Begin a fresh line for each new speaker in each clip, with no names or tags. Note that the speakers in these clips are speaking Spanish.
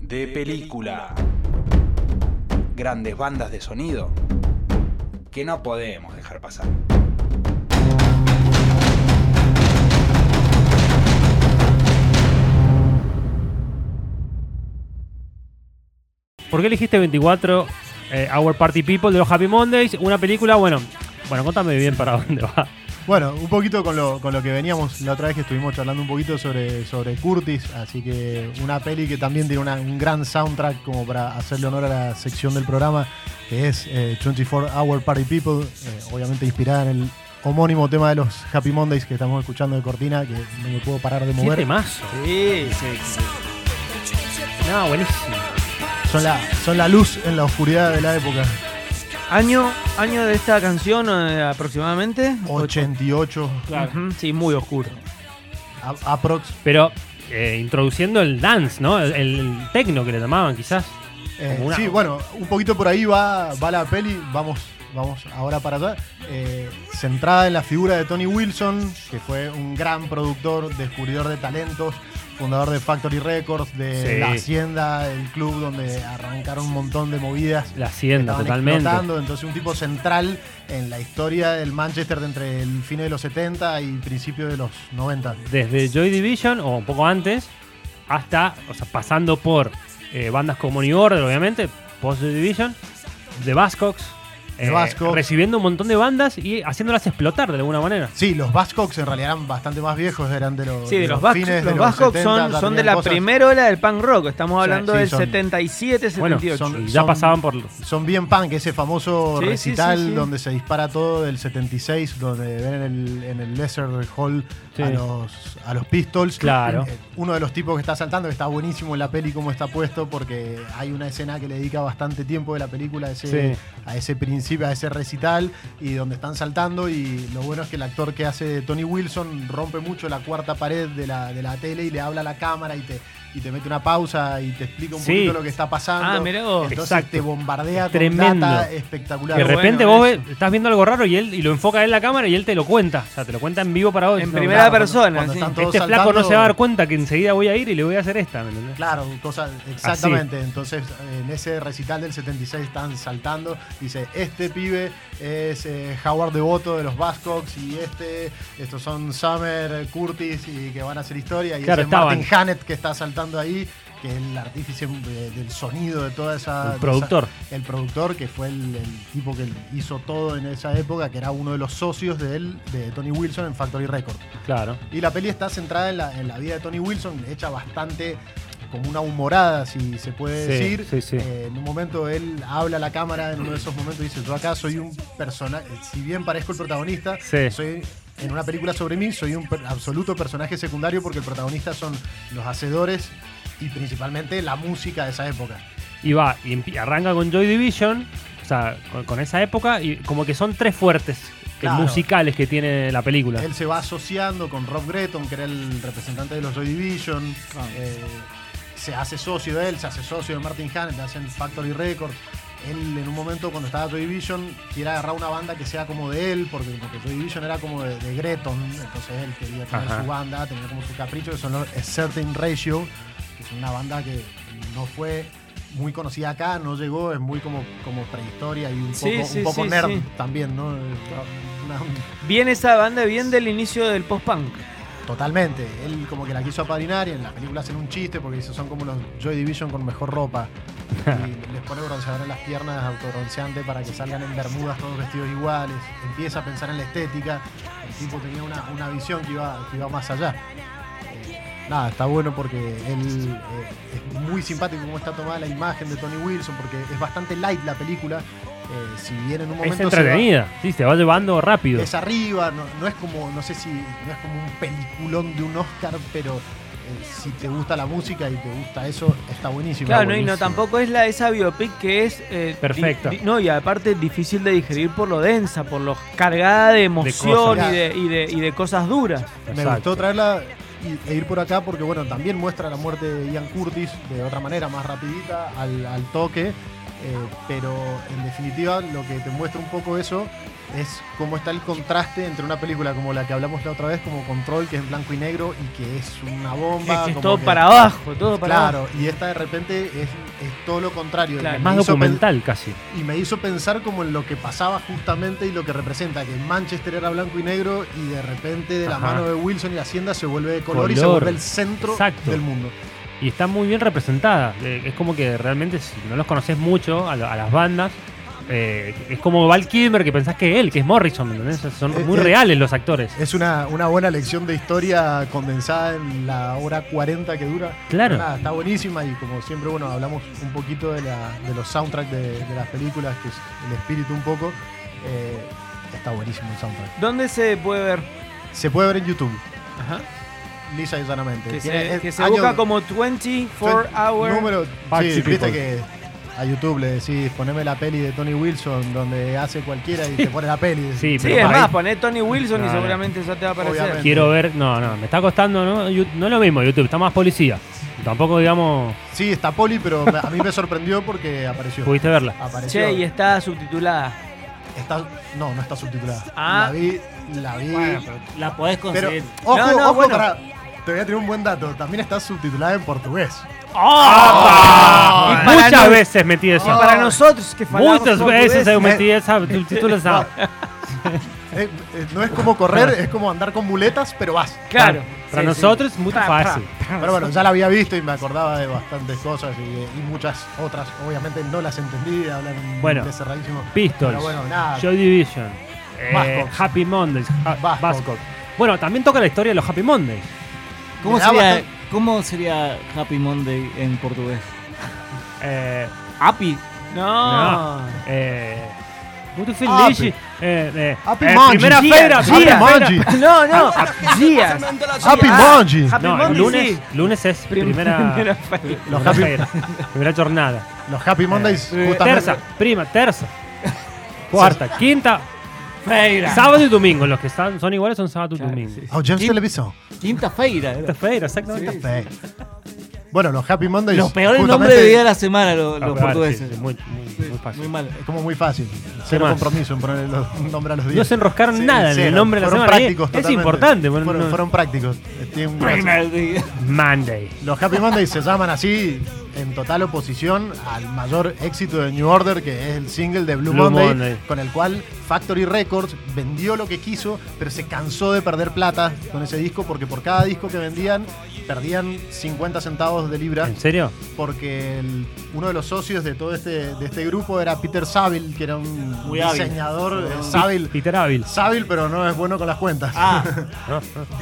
de película. Grandes bandas de sonido que no podemos dejar pasar.
¿Por qué elegiste 24 eh, Our Party People de los Happy Mondays? Una película, bueno, bueno, contame bien para dónde va.
Bueno, un poquito con lo, con lo que veníamos la otra vez que estuvimos charlando un poquito sobre, sobre Curtis, así que una peli que también tiene una- un gran soundtrack como para hacerle honor a la sección del programa, que es eh, 24 Hour Party People, eh, obviamente inspirada en el homónimo tema de los Happy Mondays que estamos escuchando de Cortina, que no me puedo parar de mover.
Siete más.
Sí, sí,
No, buenísimo.
Son la, son la luz en la oscuridad de la época.
Año, año de esta canción eh, aproximadamente.
88,
Ujú, Sí, muy oscuro.
a- aprox.
Pero eh, introduciendo el dance, ¿no? El, el tecno que le llamaban, quizás.
Eh,
Como una-
Sí, bueno, un poquito por ahí va, va la peli. Vamos, vamos ahora para allá. Eh, centrada en la figura de Tony Wilson, que fue un gran productor, descubridor de talentos, fundador de Factory Records, de
Sí.
La Hacienda, el club donde arrancaron un montón de movidas.
La hacienda,
Estaban
totalmente.
explotando, entonces un tipo central en la historia del Manchester de entre el fin de los 70 y principio de los 90.
Desde Joy Division, o un poco antes, hasta, o sea, pasando por eh, bandas como New Order, obviamente, Post Joy Division, The Bascox.
The Buzzcocks.
Recibiendo un montón de bandas y haciéndolas explotar de alguna manera.
Sí, los Bascocks en realidad eran bastante más viejos, eran de los
Sí, de los
fines
vascos.
de
Los vascos
70,
son,
ya
son de
tenían
la
cosas.
primera ola del punk rock. Estamos hablando
sí,
del
son-
77,
Bueno,
78.
son-
y ya
son-
pasaban por.
Son bien punk, ese famoso
Sí, sí,
recital
sí, sí.
donde se dispara todo del 76, donde ven en el, en el Lesser Hall a,
Sí.
los, a los Pistols.
Claro.
Eh, Uno de los tipos que está saltando, que está buenísimo en la peli como está puesto, porque hay una escena que le dedica bastante tiempo de la película a ese,
Sí.
a ese principio, a ese recital, y donde están saltando. Y lo bueno es que el actor que hace de Tony Wilson rompe mucho la cuarta pared de la, de la tele y le habla a la cámara y te, y te mete una pausa y te explica un
Sí.
poquito lo que está pasando.
Ah, mirá vos.
Entonces
Exacto.
te bombardea con
Tremendo.
data
De
espectacular.
Qué re-
repente
bueno
vos
eso.
ves- estás viendo algo raro y él y lo enfoca él en la cámara y él te lo cuenta. O sea, te lo cuenta en vivo para vos.
En
No,
primera
claro,
persona. sí.
están todos
Este flaco no
saltando-
se va a dar cuenta que enseguida voy a ir y le voy a hacer esta, ¿me entendés?
Claro, cosas, exactamente. Entonces, en ese recital del 76 están saltando. Dice, este pibe es eh, Howard Devoto de los Bascocks y este, estos son Summer, Curtis y que van a hacer historia. Y
Claro,
ese Martin
estaban.
Hannett que está saltando ahí, que es el artífice eh, del sonido de toda esa...
El productor.
de esa- el productor, que fue el, el tipo que hizo todo en esa época, que era uno de los socios de él, de Tony Wilson en Factory Records.
Claro.
Y la peli está centrada en la, en la vida de Tony Wilson, hecha bastante como una humorada, si se puede
Sí,
decir.
sí, sí.
Eh, en un momento él habla a la cámara, en uno de esos momentos dice, yo acá soy un personaje, si bien parezco el protagonista,
Sí.
soy... En una película sobre mí soy un per- absoluto personaje secundario porque el protagonista son los hacedores y principalmente la música de esa época.
Y va, y empi- arranca con Joy Division, o sea, con, con esa época, y como que son tres fuertes eh,
Claro.
musicales que tiene la película.
Él se va asociando con Rob Gretton, que era el representante de los Joy Division.
Ah.
Eh, se hace socio de él, se hace socio de Martin Hannett, hacen Factory Records. Él en un momento cuando estaba Joy Division quiere agarrar una banda que sea como de él, porque, porque Joy Division era como de, de Gretton, entonces él quería tener
Ajá.
su banda, tenía como su capricho, que son los A Certain Ratio, que es una banda que no fue muy conocida acá, no llegó, es muy como, como prehistoria y un poco,
Sí, sí,
un poco
sí,
nerd
sí.
también, ¿no? Una-
Viene esa banda bien del inicio del post-punk.
Totalmente. Él como que la quiso apadrinar y en la película hacen un chiste porque dice, son como los Joy Division con mejor ropa. Y les pone bronceador en las piernas, autobronceante para que salgan en bermudas todos vestidos iguales. Empieza a pensar en la estética. El tipo tenía una, una visión que iba, que iba más allá. Eh, Nada, está bueno porque él eh, es muy simpático cómo está tomada la imagen de Tony Wilson porque es bastante light la película. Eh, si bien en un
es
momento se va-
entretenida, sí, se va llevando rápido.
es arriba, no, no es como, no sé si, no es como un peliculón de un Oscar, pero eh, si te gusta la música y te gusta eso, está buenísimo.
Claro, no, y no,
buenísimo.
tampoco es la esa biopic que es. eh,
Perfecta.
di- di- no, y aparte difícil de digerir por lo densa, por lo cargada de emoción
cosas.
y, de, y, de, y de cosas duras.
Me
Exacto.
gustó traerla y- e ir por acá porque, bueno, también muestra la muerte de Ian Curtis de otra manera, más rapidita, al, al toque. Eh, pero en definitiva lo que te muestra un poco eso es cómo está el contraste entre una película como la que hablamos la otra vez, como Control, que es en blanco y negro y que es una bomba.
Es que es
como
todo
que-
para abajo, todo para abajo.
Claro, y esta de repente es, es todo lo contrario.
Claro,
Me
Es más
hizo pen-
documental casi.
y me hizo pensar como en lo que pasaba justamente y lo que representa, que Manchester era blanco y negro y de repente de la
Ajá.
mano de Wilson y Hacienda se vuelve de color, y se
Color.
vuelve el centro
Exacto.
del mundo.
Y está muy bien representada. Eh, Es como que realmente si no los conoces mucho a, lo- a las bandas, eh, es como Val Kilmer que pensás que es él, que es Morrison, ¿me entendés? Son
Eh,
muy
eh.
reales los actores.
Es una, una buena lección de historia condensada en la hora 40 que dura.
Claro.
Nada, está buenísima y como siempre, bueno, hablamos un poquito de, la- de los soundtracks de, de las películas, que es el espíritu un poco. Eh, está buenísimo el soundtrack.
¿Dónde se puede ver?
Se puede ver en YouTube. Lisa y llanamente.
Que
Tiene-
se,
es
que se
año-
busca como 24 Hour.
Número.
Backstreet
Sí, viste
People.
que a YouTube le decís, poneme la peli de Tony Wilson, donde hace cualquiera y te pone la peli.
Sí,
Sí,
pero
es
para-
más, poné Tony Wilson
No,
y
no.
seguramente ya te va a aparecer.
Obviamente.
Quiero ver. No, no, me está costando, ¿no? Yu- No es lo mismo YouTube, está más policía. Tampoco, digamos,
Sí, está poli, pero a mí me sorprendió porque apareció.
pudiste verla.
Apareció.
Che, y está subtitulada.
Está, no, no está subtitulada.
Ah.
La vi, la vi.
La podés
pero,
conseguir.
ojo,
No, no,
ojo,
bueno.
pará. Te voy a tirar un buen dato. También está subtitulada en portugués.
¡Ah!
Y
Y
para
muchas
no-
veces metí
Y
esa.
para nosotros que falamos
Muchas
portugués,
veces he metido esa. tú- tú lo sabes.
Eh, eh, no es como correr, es como andar con muletas, pero vas.
Claro.
Para
Sí, sí.
nosotros es muy
Tra,
fácil.
Pero bueno, ya la había visto y me acordaba de bastantes cosas y, y muchas otras. Obviamente no las entendí, hablan
Bueno.
de cerradísimo.
Pistols,
Pero bueno, nada.
Joy Division, eh,
Buzzcocks.
Happy Mondays, ha-
Buzzcocks.
Buzzcocks. Bueno, también toca la historia de los Happy Mondays.
¿Cómo
Me da
sería,
bastante-
¿Cómo sería Happy Monday en portugués?
Eh,
Happy.
No.
eh, Muito feliz.
Happy.
eh, eh,
Happy
eh,
Monday.
primera
Gia,
feira,
Gia.
primera
Happy
feira.
Monday.
No, no. Días.
Happy
Ah,
Monday.
Happy
No, el
Monday,
lunes,
sí.
lunes es primera,
Primera feira.
los
Happy-
feira, primera jornada.
Los Happy Mondays,
eh,
justamente.
Terza, prima, terza, cuarta, quinta,
Feira.
sábado y domingo. Los que están, son iguales son sábado y
Claro,
domingo.
sí.
Oh, James
Sí.
Televisión.
Quinta feira. era.
Feira, exactamente.
Fe. Bueno, los Happy Mondays.
Los peores
justamente,
nombres de día de la semana, lo- los,
Ah, claro,
portugueses.
sí, sí, muy, muy- muy fácil.
Muy mal.
Es como muy fácil. Cero
más?
compromiso en poner los- un nombre a los días.
No se enroscaron
Sí,
nada en el
cero.
nombre de la
Fueron
semana. que
prácticos,
es
totalmente.
importante. bueno,
Fueron,
no-
fueron prácticos. Eh, tiene un-
Primer día.
Monday.
Los Happy Mondays se llaman así en total oposición al mayor éxito de New Order, que es el single de Blue,
Blue
Monday,
Monday.
con el cual Factory Records vendió lo que quiso, pero se cansó de perder plata con ese disco porque por cada disco que vendían perdían 50 centavos de libra
¿En serio?
porque el- uno de los socios de todo este de este grupo era Peter Saville, que era un
Muy hábil.
diseñador eh,
Sí.
Saville,
Peter Ávila.
Saville, pero no es bueno con las cuentas
Ah,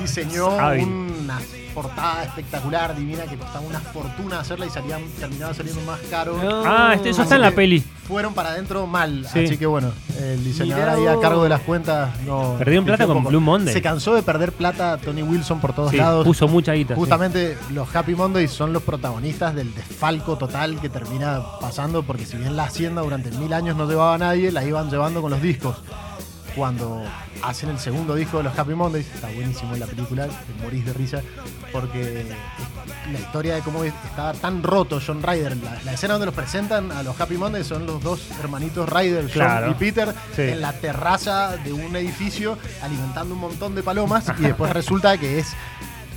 diseñó
Hábil.
una portada espectacular, divina, que costaba una fortuna hacerla y salían, terminaba saliendo más caro.
No.
Ah, este- eso está en la peli.
Fueron para adentro mal,
Sí.
así que bueno, el diseñador
Mirá
ahí a
vos.
cargo de las cuentas no.
Perdieron plata
pifió un
con
poco.
Blue Monday.
Se cansó de perder plata Tony Wilson por todos
Sí,
lados.
puso mucha guita. sí.
Justamente los Happy Mondays son los protagonistas del desfalco total que termina pasando, porque si bien la hacienda durante mil años no llevaba a nadie, la iban llevando con los discos. Cuando hacen el segundo disco de los Happy Mondays, está buenísimo en la película, te morís de risa, porque la historia de cómo estaba tan roto John Ryder, la, la escena donde los presentan a los Happy Mondays son los dos hermanitos Ryder, John
Claro.
y Peter,
Sí.
en la terraza de un edificio alimentando un montón de palomas y después resulta que es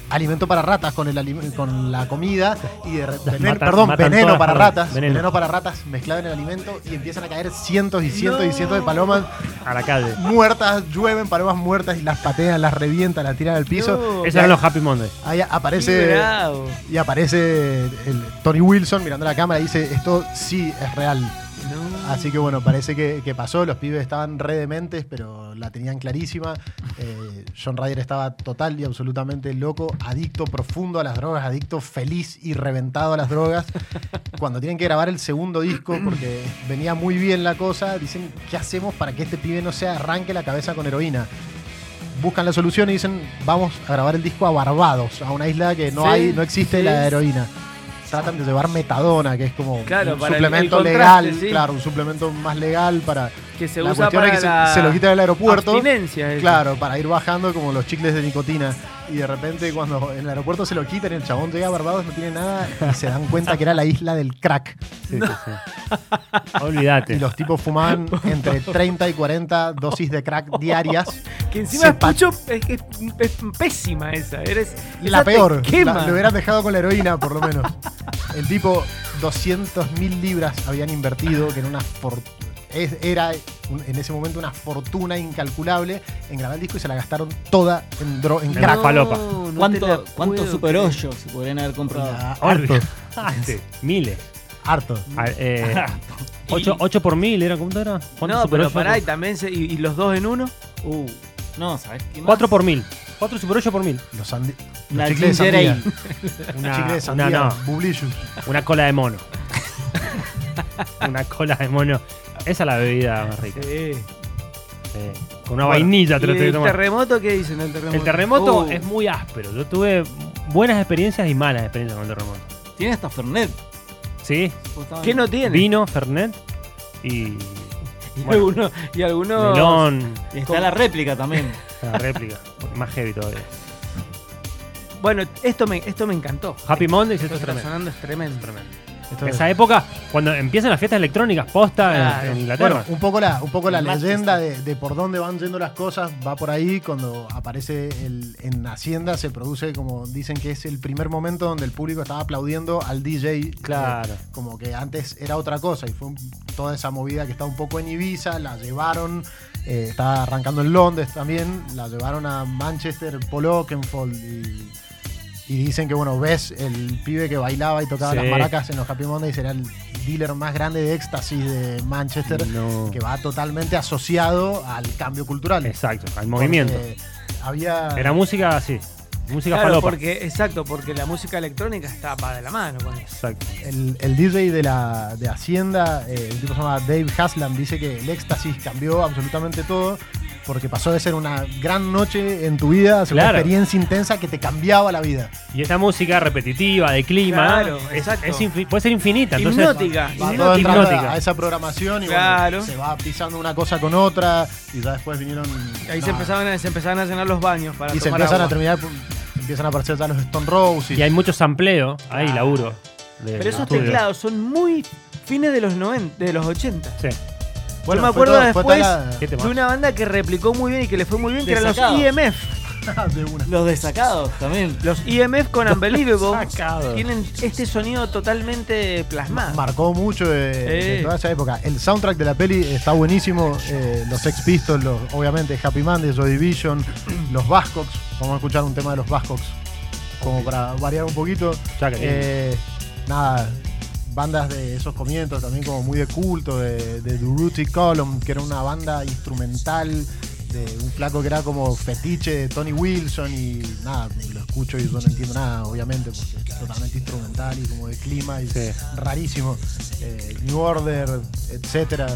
alimento para ratas con el alim- con la comida y de re- venen-
matan-
perdón,
matan
veneno
todas
para
las
ratas,
palomas,
veneno.
veneno.
para ratas mezclado en el alimento y empiezan a caer cientos y cientos y cientos de palomas
A la calle.
muertas, llueven palomas muertas y las patean, las revientan, las tiran al piso.
No.
Esos eran los Happy Monday.
Ahí aparece
Liberado.
y aparece el Tony Wilson mirando la cámara y dice esto sí es real. Así que bueno, parece que, que pasó, los pibes estaban re dementes, pero la tenían clarísima. Eh, John Ryder estaba total y absolutamente loco, adicto profundo a las drogas, adicto feliz y reventado a las drogas. Cuando tienen que grabar el segundo disco, porque venía muy bien la cosa, dicen, ¿qué hacemos para que este pibe no se arranque la cabeza con heroína? Buscan la solución y dicen, vamos a grabar el disco a Barbados, a una isla que no,
Sí,
hay, no existe
sí.
la heroína. Tratan de llevar metadona, que es como
Claro,
un
para el-
suplemento
el contraste,
legal,
sí.
claro, un suplemento más legal para
Que se
la
usa
cuestión
para
es que se-
la
se, lo quita del aeropuerto.
abstinencia, es.
Claro, para ir bajando como los chicles de nicotina. Y de repente cuando en el aeropuerto se lo quitan, el chabón llega a Barbados, no tiene nada y se dan cuenta que era la isla del crack.
Sí, sí, sí.
Y
Olvídate.
los tipos fumaban entre 30 y 40 dosis de crack diarias. Se
Que encima es,
pa-
mucho, es, es- es pésima esa. Eres, esa
La
te
peor.
quema.
La- lo hubieran dejado con la heroína, por lo menos. El tipo, 200 mil libras habían invertido, que era una for- es- era un- en ese momento una fortuna incalculable en grabar el disco y se la gastaron toda en, dro- en
En
crack.
la falopa.
te la
¿Cuánto,
puedo
¿Cuántos Super
creer.
8 se podrían haber comprado?
Ah,
Olvídate. este, Miles.
Harto.
A- eh, 8, por mil era, ¿cuánto era? ¿Cuánto
No,
Super
pero
8?
pará, y también se- y, y los dos en uno.
Uh, no, ¿sabes qué más?
4 por mil. 4 Super 8 por mil.
Los, sandi- los
La
chicles de
Ginger
sandía.
Ale.
Los chicles
Una,
de
una,
sandía.
no,
Bublicious.
una cola de mono. una cola de mono. Esa es la bebida más rica. Eh, con una
Bueno,
vainilla te
¿Y
lo tenés que
el
tomar.
terremoto qué dicen del terremoto?
El terremoto
Uh.
es muy áspero. Yo tuve buenas experiencias y malas experiencias con el terremoto.
Tiene hasta Fernet.
¿Sí?
¿Qué no tiene?
Vino, Fernet y.
y
bueno,
algunos. Y algunos
melón.
Y está la réplica también.
La réplica. Más heavy todavía.
Bueno, esto me, esto me encantó.
Happy Mondays,
Esto
esto es
que está
tremendo.
sonando es tremendo.
Esto es-
Esa época, cuando empiezan las fiestas electrónicas posta en-
Claro.
en Inglaterra.
Bueno, un poco la, un poco la
Más
leyenda de, de por dónde van yendo las cosas va por ahí cuando aparece el, en Hacienda, se produce como dicen que es el primer momento donde el público estaba aplaudiendo al DJ.
Claro.
Eh, como que antes era otra cosa y fue un- toda esa movida que estaba un poco en Ibiza, la llevaron, eh, estaba arrancando en Londres también, la llevaron a Manchester, Paul Oakenfold y... y dicen que, bueno, ves el pibe que bailaba y tocaba
Sí.
las maracas en los Happy Mondays, era el dealer más grande de éxtasis de Manchester
No.
que va totalmente asociado al cambio cultural.
Exacto, al movimiento.
Porque Había.
Era música así. Música
Claro,
falopa.
porque, exacto, porque la música electrónica está para de la mano con eso.
Exacto.
el, el DJ de, la, de Hacienda, eh, un tipo que se llama Dave Haslam, dice que el éxtasis cambió absolutamente todo porque pasó de ser una gran noche en tu vida a ser
Claro.
una experiencia intensa que te cambiaba la vida.
Y esa música repetitiva, de clima,
Claro,
es-
exacto.
es infin- puede ser infinita. Entonces,
hipnótica,
Va
hipnótica.
todo entrando
hipnótica.
a, a esa programación y
Claro.
bueno, se va pisando una cosa con otra y ya después vinieron.
Ahí
nada.
se empezaban, a, se empezaban a llenar los baños para
Y se
tomar
empiezan
agua.
a terminar, empiezan a aparecer ya los Stone Roses.
Y hay mucho sampleo, hay
Claro.
laburo. de
Pero
los
esos
estudios.
teclados son muy fines de los 90, de los 80.
Sí.
Bueno,
Yo me
fue
acuerdo
todo- fue toda
después-
¿Qué te
De una banda que replicó muy bien y que le fue muy bien, que eran los
Desacados.
IMF.
la- Ah, de una.
Los desacados también.
Los IMF con Unbelievable
Sacado.
tienen este sonido totalmente plasmado.
marcó mucho de, de
Sí.
toda esa época. El soundtrack de la peli está buenísimo. eh, los Sex Pistols, los- obviamente Happy Monday, Joy Division, los Vascox. Vamos a escuchar un tema de los Vascox, como para variar un poquito.
Ya que tiene.
Eh, nada, bandas de esos comienzos también como muy de culto, de, de Duruti Column, que era una banda instrumental de un flaco que era como fetiche de Tony Wilson y nada, lo escucho y yo no entiendo nada, obviamente, porque es totalmente instrumental y como de clima y
Sí.
rarísimo. Eh, New Order, etcétera.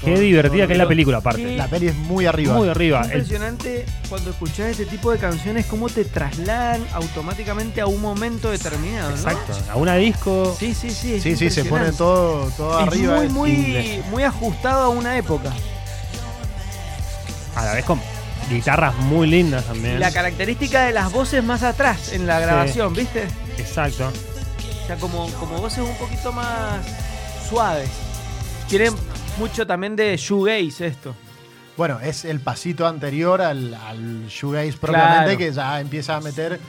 Qué
Todo-
divertida
todo
que es la
lo-
película, aparte.
La peli es muy arriba.
Muy arriba.
Es
El-
impresionante cuando escuchás este tipo de canciones, cómo te trasladan automáticamente a un momento determinado, ¿no?
exacto. A una disco.
Sí, sí, sí. es
sí, sí, se pone
impresionante.
todo, todo
Es
arriba.
muy, muy,
inglés.
muy ajustado a una época.
A la vez con guitarras muy lindas también.
La característica de las voces más atrás en la
Sí.
grabación, ¿viste?
Exacto.
O sea, como, como voces un poquito más suaves. Tiene mucho también de shoegaze esto.
Bueno, es el pasito anterior al, al shoegaze
Claro.
propiamente que ya empieza a meter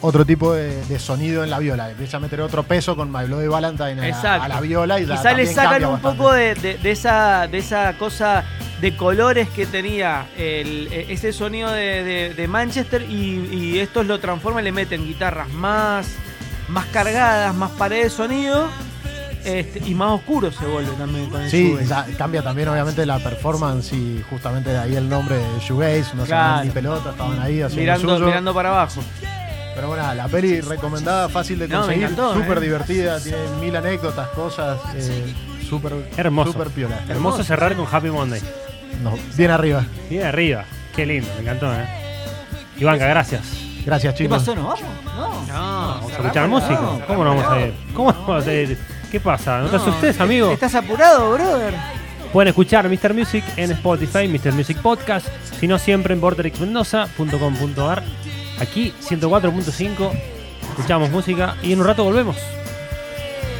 otro tipo de, de sonido en la viola. Empieza a meter otro peso con My Bloody Valentine a- a,
Exacto.
la viola y ya
Quizá le
también
sacan
cambia
un
bastante.
poco de, de- de esa, de esa cosa de colores que tenía el- e- ese sonido de, de- de Manchester y, y estos lo transforman y le meten guitarras más, más cargadas, más paredes de sonido este, y más oscuro se vuelve también con el
Sí,
shoegaze.
ya cambia también obviamente la performance y justamente de ahí el nombre de shoegaze. No
Claro.
sabían ni pelota, estaban ahí haciendo
mirando,
suyo.
mirando para abajo.
Pero bueno, la peli recomendada, fácil de
No, me
conseguir,
encantó,
súper
eh.
divertida, tiene mil anécdotas, cosas, eh, súper
Hermoso.
súper piola.
Hermoso cerrar con Happy Monday.
No, bien arriba.
Bien arriba. Qué lindo, me encantó, ¿eh? Ivanka, gracias.
Gracias
¿Qué
chicos.
pasó? ¿Nos vamos? No.
No,
¿Vamos a escuchar música?
no,
¿Cómo no vamos a ir? ¿Cómo no vamos a ir? ¿Qué pasa? ¿No te asustes, amigo?
Estás apurado, brother.
Pueden escuchar Mr. Music en Spotify, Mr. Music Podcast, si no siempre en vorterixmendoza.com.ar Aquí 104.5. Escuchamos música y en un rato volvemos.